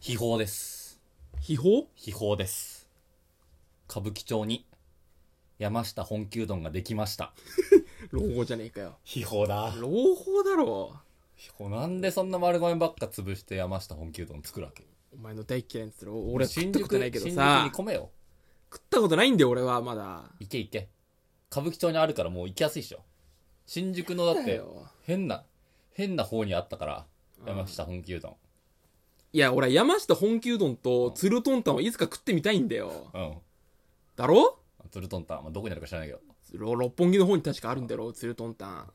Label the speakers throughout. Speaker 1: 秘宝です。
Speaker 2: 秘宝
Speaker 1: 秘宝です。歌舞伎町に山下本宮丼ができました。
Speaker 2: 朗報じゃねえかよ。
Speaker 1: 秘宝だ。
Speaker 2: 朗報だろ。
Speaker 1: 秘宝なんでそんな丸米ばっか潰して山下本宮丼作るわけ
Speaker 2: お前の大嫌いなやつだろ。俺は食
Speaker 1: 新
Speaker 2: ったこと
Speaker 1: 宿
Speaker 2: ないけど
Speaker 1: 新宿
Speaker 2: さ
Speaker 1: に。米よ。
Speaker 2: 食ったことないんだよ、俺はまだ。
Speaker 1: 行け行け。歌舞伎町にあるからもう行きやすいっしょ。新宿のだっ
Speaker 2: だ
Speaker 1: て
Speaker 2: よ。
Speaker 1: 変な、変な方にあったから、山下本宮丼。
Speaker 2: いや、俺は山下本気うどんと鶴とんたんはいつか食ってみたいんだよ。
Speaker 1: うん。
Speaker 2: だろ
Speaker 1: ツルトンタン、まあ、どこにあるか知らないけど。
Speaker 2: ろ六本木の方に確かあるんだろ、鶴とんたん。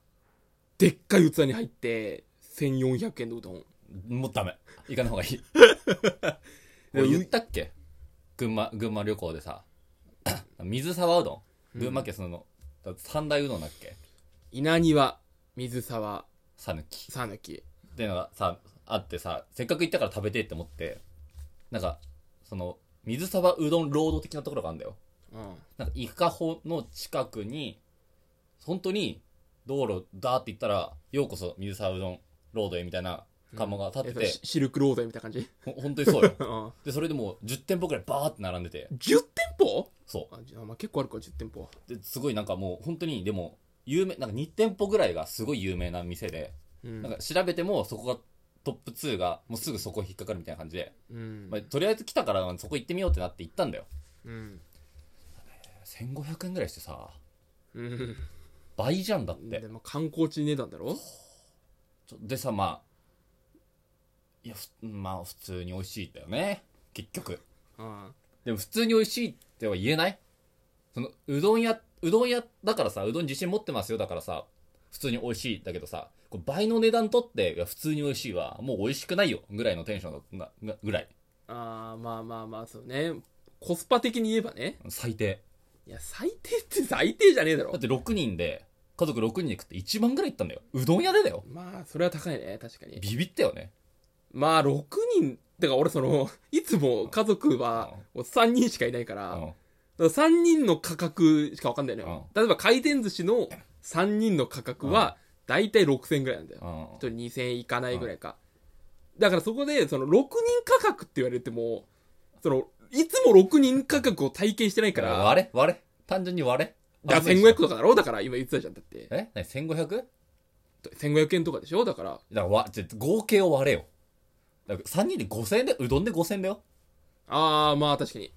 Speaker 2: でっかい器に入って、1400円のうどん。
Speaker 1: もうダメ。行かない方 がいい。
Speaker 2: や
Speaker 1: もう言ったっけ群馬、群馬旅行でさ、 水沢うどん群馬県その、三大うどんだっけ
Speaker 2: 稲庭、水沢、
Speaker 1: さぬき。
Speaker 2: さぬき。
Speaker 1: っていうのがさ、あってさ、せっかく行ったから食べてって思って、なんか、その、水沢うどんロード的なところがあるんだよ。
Speaker 2: うん。
Speaker 1: なんか、伊香保の近くに、本当に、道路、だーって行ったら、ようこそ水沢うどんロードへみたいな看板が立って
Speaker 2: え
Speaker 1: て
Speaker 2: っと、シシルクロードみたいな感じ。
Speaker 1: ほ 本当にそうよ。
Speaker 2: うん。
Speaker 1: で、それでもう10店舗くらいバーって並んでて、
Speaker 2: 10店舗
Speaker 1: そ
Speaker 2: あ、じゃあ、まあ、結構あるか、10店舗。
Speaker 1: う。で、すごいなんかもう本当に、でも、有名、なんか2店舗ぐらいがすごい有名な店で、
Speaker 2: うん
Speaker 1: なんか調べてもそこがトップ2が、もうすぐそこ引っかかるみたいな感じで、
Speaker 2: うん。
Speaker 1: まあ、とりあえず来たからまあそこ行ってみようってなって行ったんだよ。
Speaker 2: うん。
Speaker 1: 1500円ぐらいしてさ、
Speaker 2: うん。
Speaker 1: 倍じゃんだっ
Speaker 2: で
Speaker 1: て。
Speaker 2: も観光地値段だろ
Speaker 1: ちょでさ、まあ、いや、ふまあ普通に美味しいんだよね。結局。
Speaker 2: うん。
Speaker 1: でも普通に美味しいっては言えないその、うどん屋、うどん屋だからさ、うどん自信持ってますよだからさ、普通に美味しいだけどさ、これ倍の値段取って、いや普通に美味しいは、もう美味しくないよぐらいのテンションのががぐらい。
Speaker 2: ああ、まあまあまあ、そうね。コスパ的に言えばね。
Speaker 1: 最低。
Speaker 2: いや、最低って最低じゃねえだろ
Speaker 1: だっ。て6人で、家族6人で食って1万ぐらいいったんだよ。うどん屋でだよ。
Speaker 2: まあ、それは高いね、確かに。
Speaker 1: ビビったよね。
Speaker 2: まあ、6人、てか俺その、いつも家族は3人しかいないか
Speaker 1: う
Speaker 2: ら、だか
Speaker 1: ん。
Speaker 2: ら3人の価格しかわかんないのよ。
Speaker 1: う
Speaker 2: 例えば回転寿司の3人の価格は、だいたい6000円ぐらいなんだよ。
Speaker 1: うん
Speaker 2: 1。人2000円いかないぐらいか。だからそこで、その6人価格って言われても、その、いつも6人価格を体験してないから、
Speaker 1: 割れ割れ単純に割れ
Speaker 2: だから1500とかだろだから今言ってたじゃん。だって。
Speaker 1: え何 ?1500? だか
Speaker 2: 1500円とかでしょだから。
Speaker 1: らわ、ちょ合計を割れよ。だから3人で5000円で、うどんで5000円だよ。
Speaker 2: あー、まあ確かに。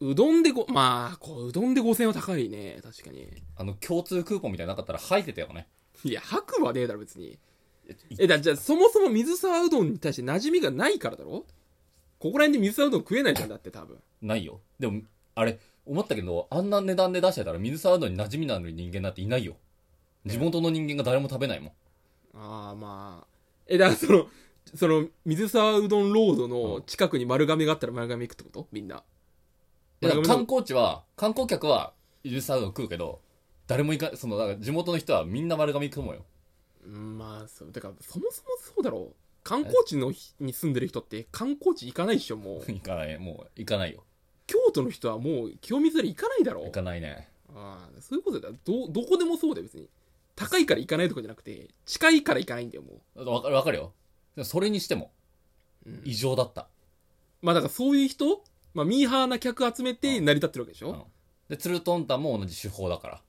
Speaker 2: うどんでご、まあ、こう、うどんで5000円は高いね。確かに。
Speaker 1: あの、共通クーポンみたいなのなかったら入ってたよね。
Speaker 2: いや、白はねえだろ、別に。
Speaker 1: い
Speaker 2: え、だ、じゃあそもそも水沢うどんに対して馴染みがないからだろここら辺で水沢うどん食えないじゃんだって、多分。
Speaker 1: ないよ。でも、あれ、思ったけど、あんな値段で出してたら水沢うどんに馴染みのある人間なんていないよ。地元の人間が誰も食べないもん。
Speaker 2: あー、まあ。え、だからその、その、水沢うどんロードの近くに丸亀があったら丸亀行くってことみんな。
Speaker 1: だから
Speaker 2: 丸亀の
Speaker 1: 観光地は、観光客は水沢うどん食うけど、誰も行か、その、だから地元の人はみんな丸亀食うもんよ。
Speaker 2: うんまあそうだからそもそもそうだろう観光地のひに住んでる人って観光地行かないでしょもう
Speaker 1: 行かない、もう行かないよ。
Speaker 2: 京都の人はもう清水寺行かないだろ
Speaker 1: 行かないね。
Speaker 2: ああそういうことだどどこでもそうだよ別に高いから行かないとかじゃなくて近いから行かないんだよも
Speaker 1: わかる、わかるよ。でもそれにしても
Speaker 2: うん、
Speaker 1: 異常だった。
Speaker 2: うまあだからそういう人、まあ、ミーハーな客集めて成り立ってるわけでし
Speaker 1: うん
Speaker 2: ょ、
Speaker 1: で、ツルトンタンも同じ手法だから。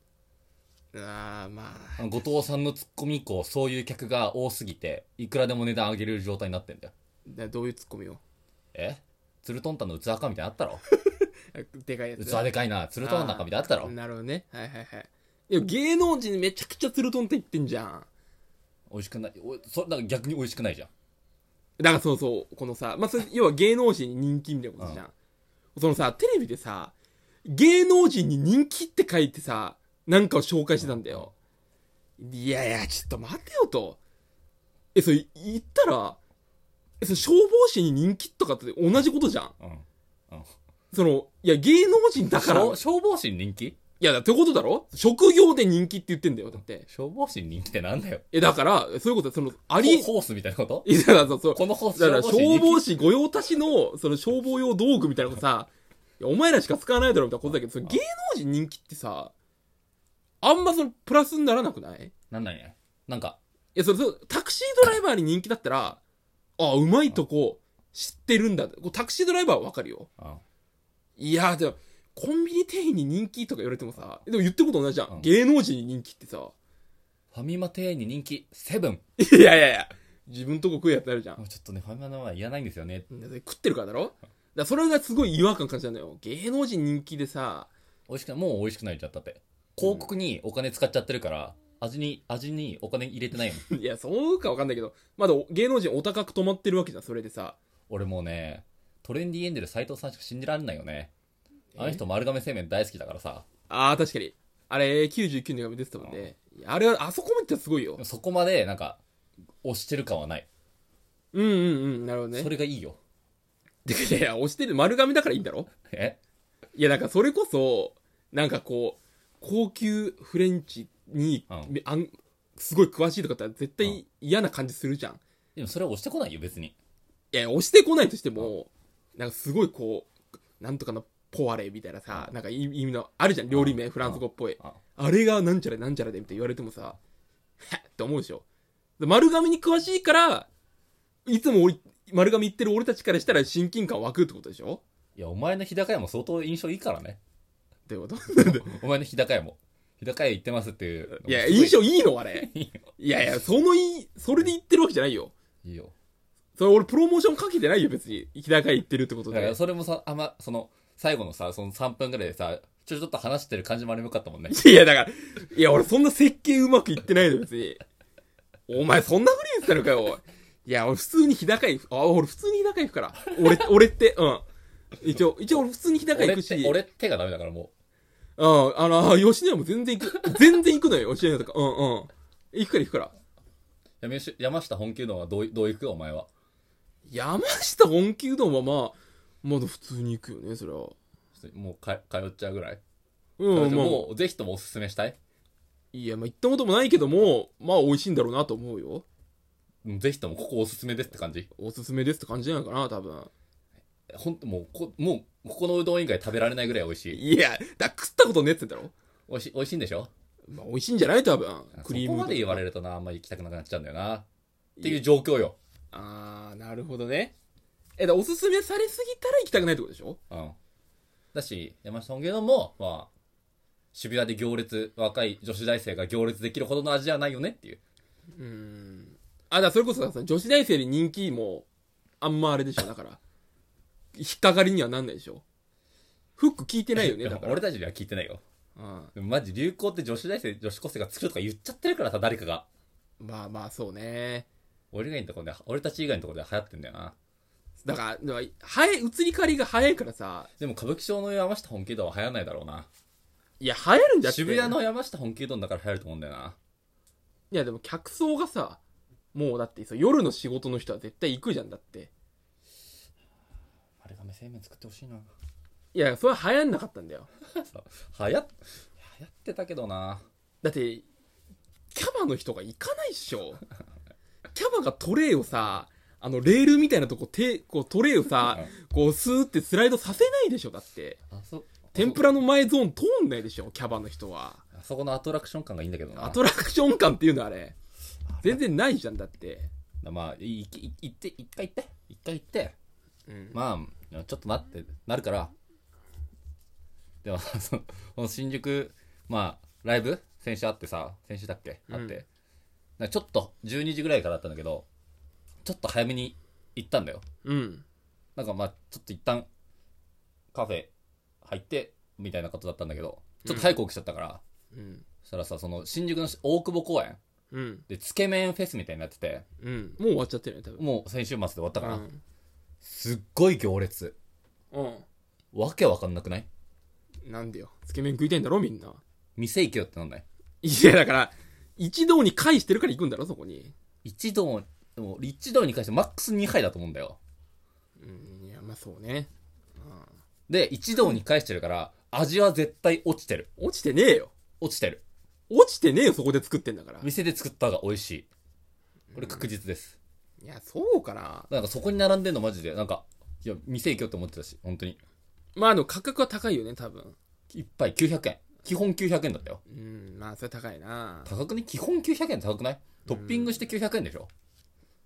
Speaker 2: ああま
Speaker 1: あ
Speaker 2: あ
Speaker 1: の後藤さんのツッコミ以降、そういう客が多すぎて、いくらでも値段上げれる状態になってんだよ。
Speaker 2: だどういうツッコミを
Speaker 1: えツルトンタンの器かみたいなのあった ろ
Speaker 2: あ でかいやつ
Speaker 1: 器でかいな、ツルトンタンかみたいなのあったろ
Speaker 2: なるほどねはいはいはいいや芸能人めちゃくちゃツルトンって言ってんじゃん
Speaker 1: 美味しくない、おそれなんか逆に美味しくないじゃん。
Speaker 2: だからそうそう、このさ、まあ、それ要は芸能人に人気みたいなことじゃん。そのさ、テレビでさ、芸能人に人気って書いてさ、なんかを紹介してたんだよ。いやいや、ちょっと待てよと。え、それ、言ったら、え、それ消防士に人気とかって同じことじゃん。
Speaker 1: うん。うん、
Speaker 2: その、いや、芸能人だから、い
Speaker 1: 消消防士に人気
Speaker 2: や、だってことだろ職業で人気って言ってんだよ、だって。
Speaker 1: 消防士に人気ってなんだよ。
Speaker 2: え、だから、そういうこと、その、あ
Speaker 1: ホ
Speaker 2: り、
Speaker 1: ホースみたいなこと
Speaker 2: いや、だからそうそう、
Speaker 1: このホース、
Speaker 2: だから消
Speaker 1: に
Speaker 2: 防
Speaker 1: 人
Speaker 2: 士御用達の、その消防用道具みたいなのさ、いやお前らしか使わないだろみたいなことだけど、その芸能人人気ってさ、あんまそのプラスにならなくないい
Speaker 1: 気なんなんや。なんか、
Speaker 2: や、それ、それタクシードライバーに人気だったら、あ、うまいとこ、知ってるんだ。こうタクシードライバーはわかるよ。
Speaker 1: うん
Speaker 2: いやー、でも、コンビニ店員に人気とか言われてもさ、でも言ってること同じじゃん。
Speaker 1: うん
Speaker 2: 芸能人に人気ってさ、
Speaker 1: ファミマ店員に人気、セブン。
Speaker 2: いやいやいや、自分とこ食うやつあるじゃん。
Speaker 1: ちょっとね、ファミマの名前言わないんですよね。
Speaker 2: だって食ってるからだろだからそれがすごい違和感感じたんだよ。芸能人人気でさ、
Speaker 1: 美味しくない、もう美味しくないじゃん、だって。広告にお金使っちゃってるから、味に、味にお金入れて ないもん。
Speaker 2: いや、そうかわかんないけど、まだお芸能人お高く止まってるわけじゃん、それでさ。
Speaker 1: 俺もうね、トレンディエンジェル斎藤さんしか信じられないよね。
Speaker 2: え
Speaker 1: あの人丸亀製麺大好きだからさ、
Speaker 2: ああ、確かに。あれ、99年が出てたもんね。いやあれは、あそこまでってすごいよ
Speaker 1: でも。そこまでなんか、押してる感はない。
Speaker 2: うんうんうん、なるほどね
Speaker 1: そ。れがいいよ。
Speaker 2: てかいや、押してる、丸亀だからいいんだろ
Speaker 1: え
Speaker 2: いや、なんかそれこそ、なんかこう、高級フレンチに、
Speaker 1: うん
Speaker 2: あんすごい詳しいとかだったら絶
Speaker 1: う
Speaker 2: 対嫌な感じするじゃん。
Speaker 1: でもそれは押してこないよ、別に。
Speaker 2: いや、押してこないとしても、なんかすごいこう、なんとかのポワレみたいなさ、なんかい意味の、あるじゃん、料理名、フランス語っぽい
Speaker 1: うん。
Speaker 2: あれがなんちゃらなんちゃらでみたいな言われてもさ、へっって思うでしょ。で丸亀に詳しいから、いつも俺丸亀行ってる俺たちからしたら親近感湧くってことでしょ
Speaker 1: いや、お前の日高屋も相当印象いいからね。
Speaker 2: どういうこと
Speaker 1: お前の日高屋も。日高屋行ってますっていう。
Speaker 2: いや、
Speaker 1: すご
Speaker 2: 印象いいのあれ。
Speaker 1: いいよ。
Speaker 2: いやいや、そのいい、それで言ってるわけじゃないよ。
Speaker 1: いいよ。
Speaker 2: それ俺プロモーションかけてないよ、別に。日高屋行ってるってこと
Speaker 1: だから
Speaker 2: で。
Speaker 1: それもさ、あんま、その、最後のさ、その3分ぐらいでさ、ちょちょっと話してる感じもあれもよかったもんね。
Speaker 2: いや、だから、いや、俺そんな設計うまくいってないの、別に。お前そんなふり言ってたのかよ、おい。いや、俺普通に日高屋行く。あ、俺普通に日高屋行くから。俺、俺って、うん。一応、一応俺普通に日高屋
Speaker 1: 俺
Speaker 2: 行
Speaker 1: っ、、
Speaker 2: くして
Speaker 1: 俺手がダメだからも
Speaker 2: うん、あの、吉野家も全然行く。全然行くのよ、吉野家とか。うんうん。行くから行くから。
Speaker 1: う。山下山下本気のはどう、どういくお前は。
Speaker 2: 山下本気うどんはまあ、まだ普通に行くよね、それは。
Speaker 1: ちょっともうか、通っちゃうぐらい。
Speaker 2: うん、まあ。
Speaker 1: もう、ぜひともおすすめしたい。
Speaker 2: いや、まあ、行ったこともないけども、まあ、美味しいんだろうなと思うよ。
Speaker 1: うんぜひともここおすすめですって感じ。
Speaker 2: おすすめですって感じなのかな、多分。
Speaker 1: ほんともう、こ、もう、ここのうどん以外食べられないぐらい美味しい。
Speaker 2: いや、だ食ったことねえって言ったろ。
Speaker 1: 美味しい、美味しいんでしょ
Speaker 2: まあ、美味しいんじゃない多分。ク
Speaker 1: ク
Speaker 2: リ
Speaker 1: リ
Speaker 2: ー
Speaker 1: ー
Speaker 2: ム
Speaker 1: ム。そこ
Speaker 2: とか。
Speaker 1: まで言われるとな、あんま行きたくなくなっちゃうんだよな。っていう状況よ。
Speaker 2: あー、なるほどね。え、だからおすすめされすぎたら行きたくないってことでしょ
Speaker 1: うん。だし、山下本家のも、まあ、渋谷で行列、若い女子大生が行列できるほどの味じゃないよねっていう。
Speaker 2: うーん。あ、だからそれこそさ、女子大生に人気も、あんまあれでしょ、だから。引っかかりにはなんないでしょ。フック聞いてないよね、
Speaker 1: でも
Speaker 2: だから。
Speaker 1: 俺たちには聞いてないよ。
Speaker 2: うん。
Speaker 1: でもマジ流行って女子大生、女子高生が作るとか言っちゃってるからさ、誰かが。
Speaker 2: まあまあ、そうね。
Speaker 1: 俺以外のところで、俺たち以外のところで流行ってんだよな。
Speaker 2: だから、だから早い、移り変わりが早いからさ、
Speaker 1: でも歌舞伎町の山下本気度は流行らないだろうな。
Speaker 2: いや、流行るんだって。
Speaker 1: 渋谷の山下本気うどんだから流行ると思うんだよな。
Speaker 2: いやでも客層がさもうだってさ夜の仕事の人は絶対行くじゃんだって
Speaker 1: 丸亀製麺作ってほしいな。
Speaker 2: いやそれは流行んなかったんだよ
Speaker 1: 流行っ、流行ってたけどな。
Speaker 2: だってキャバの人が行かないっ しょキャバがトレイをさあのレールみたいなとこ手こうトレイをさこうスーってスライドさせないでしょだって
Speaker 1: あそ、
Speaker 2: 天ぷらの前ゾーン通んないでしょキャバの人は
Speaker 1: あそこのアトラクション感がいいんだけどな。
Speaker 2: アトラクション感っていうのあれ全然ないじゃんだって
Speaker 1: だまあ、いいい行って、一回行って、一回行って、
Speaker 2: うん
Speaker 1: まあ、ちょっとなって、なるから。でもさ、その、この新宿、まあ、ライブ先週あってさ、先週だっけあって。なんかちょっと、12時ぐらいからだったんだけど、ちょっと早めに行ったんだよ。
Speaker 2: うん
Speaker 1: なんかまあ、ちょっと一旦、カフェ入って、みたいなことだったんだけど、ちょっと早く起きちゃったから、
Speaker 2: うん
Speaker 1: そしたらさ、その、新宿の大久保公園
Speaker 2: うん
Speaker 1: で、つけ麺フェスみたいになってて、
Speaker 2: うんもう終わっちゃってるね多分
Speaker 1: もう先週末で終わったから、
Speaker 2: うん
Speaker 1: すっごい行列。
Speaker 2: うん
Speaker 1: わけわかんなくない
Speaker 2: なんでよ。つけ麺食いたいんだろ、みんな。
Speaker 1: 店行けよってなんない
Speaker 2: いや、だから、一堂に会してるから行くんだろ、そこに。
Speaker 1: 一度、でも一度に関してマックス2杯だと思うんだよ。
Speaker 2: うん、いや、まあそうね。
Speaker 1: で、一度に返してるから、味は絶対落ちてる。
Speaker 2: 落ちてねえよ。
Speaker 1: 落ちてる。
Speaker 2: 落ちてねえよ、そこで作ってんだから。
Speaker 1: 店で作った方が美味しい。これ確実です。
Speaker 2: いや、そうかな。
Speaker 1: なんかそこに並んでんのマジで、なんか、いや、店行けよって思ってたし、本当に。
Speaker 2: まあ、あの、価格は高いよね、多分。
Speaker 1: 一杯900円。基本900円だったよ。
Speaker 2: うん、まあ、それは高いな。
Speaker 1: 高くね基本900円高くないトッピングして900円でしょ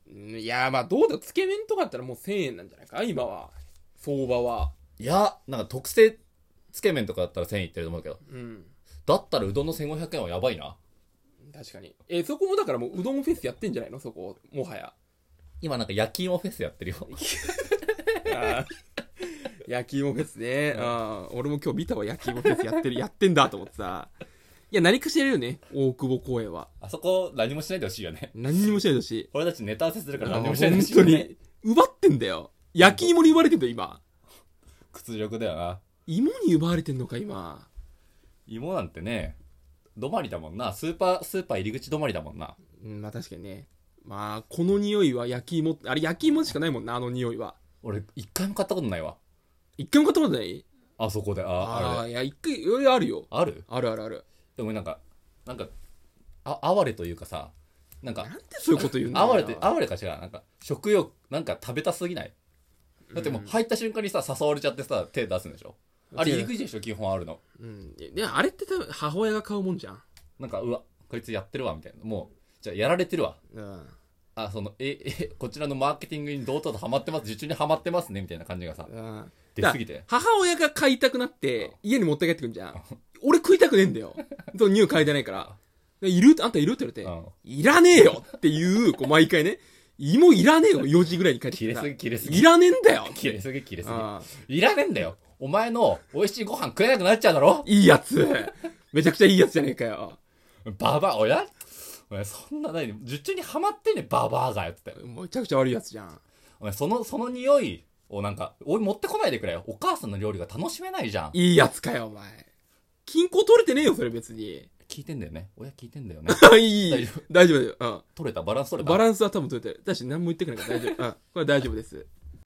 Speaker 2: うんいや、まあどうだ、つけ麺とかだったらもう1000円なんじゃないか、今は。相場は。
Speaker 1: いや、なんか特製つけ麺とかだったら1000円いってると思うけど。
Speaker 2: うん。
Speaker 1: だったらうどんの1500円はやばいな。
Speaker 2: 確かに。えそこもだからもううどんフェスやってんじゃないのそこ、もはや。
Speaker 1: 今なんか焼き芋フェスやってるよ。
Speaker 2: 焼き芋フェスね。あー俺も今日見たわ、焼き芋フェスやってる、や ってんだと思ってさ。いや、何かしらやるよね、大久保公園は。
Speaker 1: あそこ何もしないでほしいよね。
Speaker 2: 何にもしないだし。
Speaker 1: 俺たちネタ合わせするから
Speaker 2: あ
Speaker 1: 何に
Speaker 2: ー
Speaker 1: も
Speaker 2: 本
Speaker 1: しないでほしい
Speaker 2: 当
Speaker 1: よね。
Speaker 2: に。奪ってんだよ。焼き芋に奪われてんだよ、今。
Speaker 1: 屈辱だよな。
Speaker 2: 芋に奪われてんのか、今。
Speaker 1: 芋なんてね、止まりだもんな。スーパー、スーパー入り口止まりだもんな。
Speaker 2: うん、まあ確かにね。まあ、この匂いは焼き芋、あれ焼き芋しかないもんな、あの匂いは。
Speaker 1: 俺、一回も買ったことないわ。
Speaker 2: 一回も買ったことない
Speaker 1: あそこで、ああ、
Speaker 2: あ
Speaker 1: あ
Speaker 2: あ、
Speaker 1: れ。
Speaker 2: いや、一回、いろいろあるよ。
Speaker 1: ある
Speaker 2: あるあるある。
Speaker 1: でもなんか、なんか、あ、哀れというかさ、なんか
Speaker 2: なん、でそういうこと言うん だよ。
Speaker 1: 哀れて、哀れかしら、なんか、食欲、なんか食べたすぎないだってもう入った瞬間にさ、誘われちゃってさ、手出すんでしょあれ入り口でしょ、基本あるの。
Speaker 2: うん。いやでもあれって多分母親が買うもんじゃん。
Speaker 1: なんか、うわ、こいつやってるわ、みたいな。もう、じゃあやられてるわ。
Speaker 2: うん。
Speaker 1: あ、その、え、え、こちらのマーケティングに堂々とハマってます、受注にハマってますね、みたいな感じがさ、
Speaker 2: うん。
Speaker 1: 出すぎて。
Speaker 2: 母親が買いたくなって、家に持って帰ってくんじゃん。俺食いたくねえん だよ。その匂い嗅いでないから。でいるあんたいるって言われて、
Speaker 1: うん
Speaker 2: いらねえよっていう、こう毎回ね、芋いらねえよ、4時ぐらいに帰って
Speaker 1: 切
Speaker 2: き
Speaker 1: れ
Speaker 2: た
Speaker 1: すぎ、切れす
Speaker 2: い
Speaker 1: ぎ。
Speaker 2: らねえんだよ
Speaker 1: 切れすぎ、切れす
Speaker 2: あ
Speaker 1: ぎ。いらねえんだよ。お前の美味しいご飯食えなくなっちゃうだろ
Speaker 2: いいやつめちゃくちゃいいやつじゃねえかよ。
Speaker 1: ババア、おやお前そんな何、受注にハマってんねんババアがよ、つって。
Speaker 2: めちゃくちゃ悪いやつじゃん。
Speaker 1: お前その、その匂いをなんか、おい、持ってこないでくれよ。お母さんの料理が楽しめないじゃん。
Speaker 2: いいやつかよ、お前。均衡取れてねえよ、それ別に。
Speaker 1: 聞いてんだよね。親聞いてんだよね。
Speaker 2: いい
Speaker 1: 大丈。
Speaker 2: 大丈夫だよ。うん。
Speaker 1: 取れたバランス取れた
Speaker 2: バランスは多分取れてる。だし、何も言ってくれないから大丈夫。うん。これは大丈夫です。